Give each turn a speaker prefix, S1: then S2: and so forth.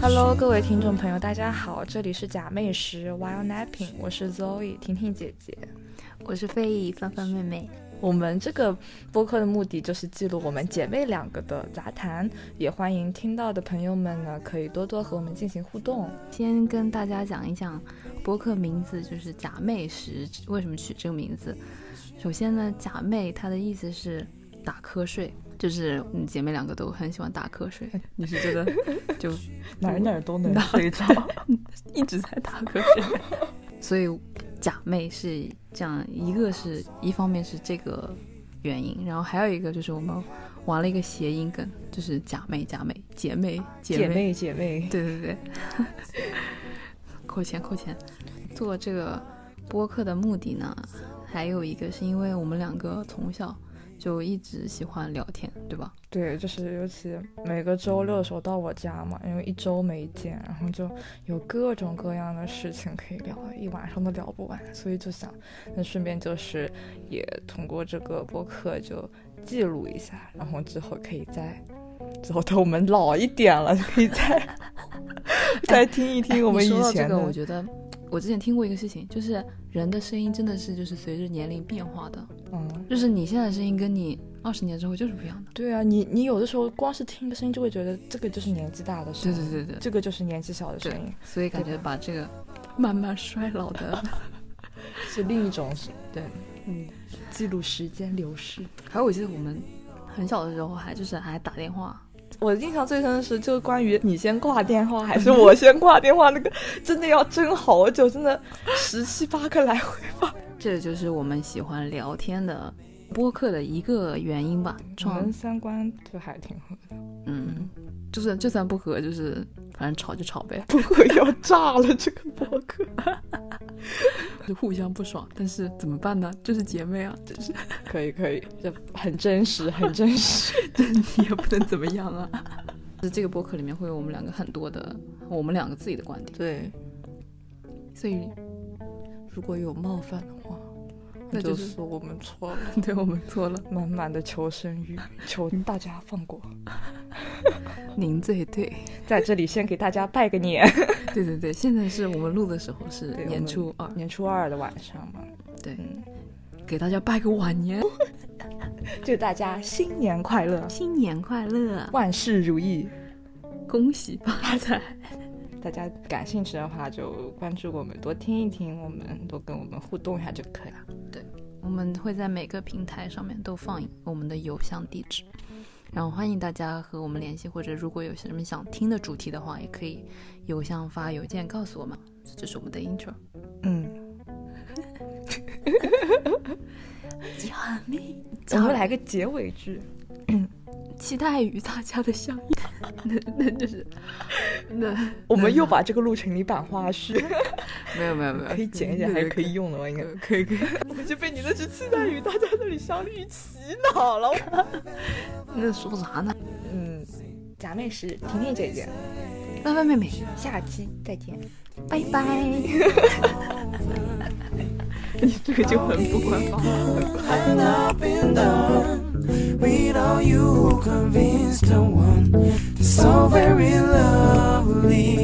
S1: Hello，各位听众朋友，大家好，这里是假寐时 Wild Napping，我是 Zoe 婷婷姐姐。
S2: 我是非遗范范妹妹，
S1: 我们这个播客的目的就是记录我们姐妹两个的杂谈，也欢迎听到的朋友们呢，可以多多和我们进行互动。
S2: 先跟大家讲一讲播客名字就是“假寐时”为什么取这个名字。首先呢，“假寐”它的意思是打瞌睡，就是嗯姐妹两个都很喜欢打瞌睡，哎你是 觉得就
S1: 哪儿哪儿都能
S2: 哪
S1: 睡着，
S2: 一直在打瞌睡， 所以假寐是这样，一个是一方面是这个原因，然后还有一个就是我们玩了一个谐音梗，就是假寐假寐姐妹
S1: 姐
S2: 妹
S1: 妹姐妹，
S2: 对对 对，扣钱扣钱。做这个播客的目的呢，还有一个是因为我们两个从小就一直喜欢聊天，对吧？
S1: 对，就是尤其每个周六的
S2: 嗯
S1: 时候到我家嘛，因为一周没见，然后就有各种各样的事情可以聊，一晚上都聊不完，所以就想，那顺便就是也通过这个播客就记录一下，然后之后可以再，之后等我们老一点了，就可以再 再听一听我们
S2: 哎你说
S1: 以
S2: 到
S1: 前
S2: 这
S1: 的。
S2: 个，我觉得我之前听过一个事情，就是人的声音真的是就是随着年龄变化的，
S1: 嗯，
S2: 就是你现在的声音跟你二十年之后就是不一样的。
S1: 对啊，你你有的时候光是听个声音就会觉得这个就是年纪大的声
S2: 对
S1: 音，
S2: 对对对，
S1: 这个就是年纪小的声
S2: 对
S1: 音，
S2: 所以感觉把这个慢慢衰老的，
S1: 是另一种
S2: 对。
S1: 嗯，记录时间流逝。
S2: 还有我记得我们很小的时候还就是还打电话。
S1: 我印象最深的是，就关于你先挂电话还是我先挂电话那个，真的要争好久，真的十七八个来回。
S2: 这就是我们喜欢聊天的播客的一个原因吧。
S1: 我
S2: 创
S1: 们三观就还挺合，
S2: 嗯，就是就算不合，就是反正吵就吵呗，
S1: 不会要炸了这个博客。
S2: 就互相不爽。但是怎么办呢？就是姐妹啊，就是
S1: 可以可以，这很真实，很真实。
S2: 你也不能怎么样啊。就是这个播客里面会有我们两个很多的，我们两个自己的观点，
S1: 对，
S2: 所 以
S1: 如果有冒犯的话，
S2: 那
S1: 就
S2: 就是
S1: 是我们错了。
S2: 对我们错了。
S1: 满满的求生欲，求大家放过。
S2: 您最对，
S1: 在这里先给大家拜个年，
S2: 对对对，现在是我们录的时候是
S1: 对我
S2: 年
S1: 们
S2: 初二，
S1: 年初二的晚上嘛，
S2: 对，
S1: 嗯，
S2: 给大家拜个晚年，
S1: 祝大家新年快乐，
S2: 新年快乐，
S1: 万事如意。
S2: 恭喜发财。
S1: 大家感兴趣的话，就关注我们，多听一听我们，多跟我们互动一下就可以了。
S2: 我们会在每个平台上面都放我们的邮箱地址，然后欢迎大家和我们联系，或者如果有什么想听的主题的话，也可以邮箱发邮件告诉我们。这就是我们的 intro。
S1: 嗯，
S2: 假寐，
S1: 咱们来个结尾句，
S2: 期待与大家的相遇。 那那就是，那
S1: 我们又把这个录成了一版花 絮，
S2: 没有没有没有，
S1: 可以剪一剪，还 是可以用的吧？应该
S2: 对。可以可以。可以
S1: 我就被你那句期待与大家的里相遇洗脑了。
S2: 那说啥呢？
S1: 嗯，假妹是婷婷姐姐，
S2: 拜拜妹妹，
S1: 下期再见。
S2: 拜拜。
S1: 这个 就很不官方。
S3: had not been done without you convinced the one that's so very lovely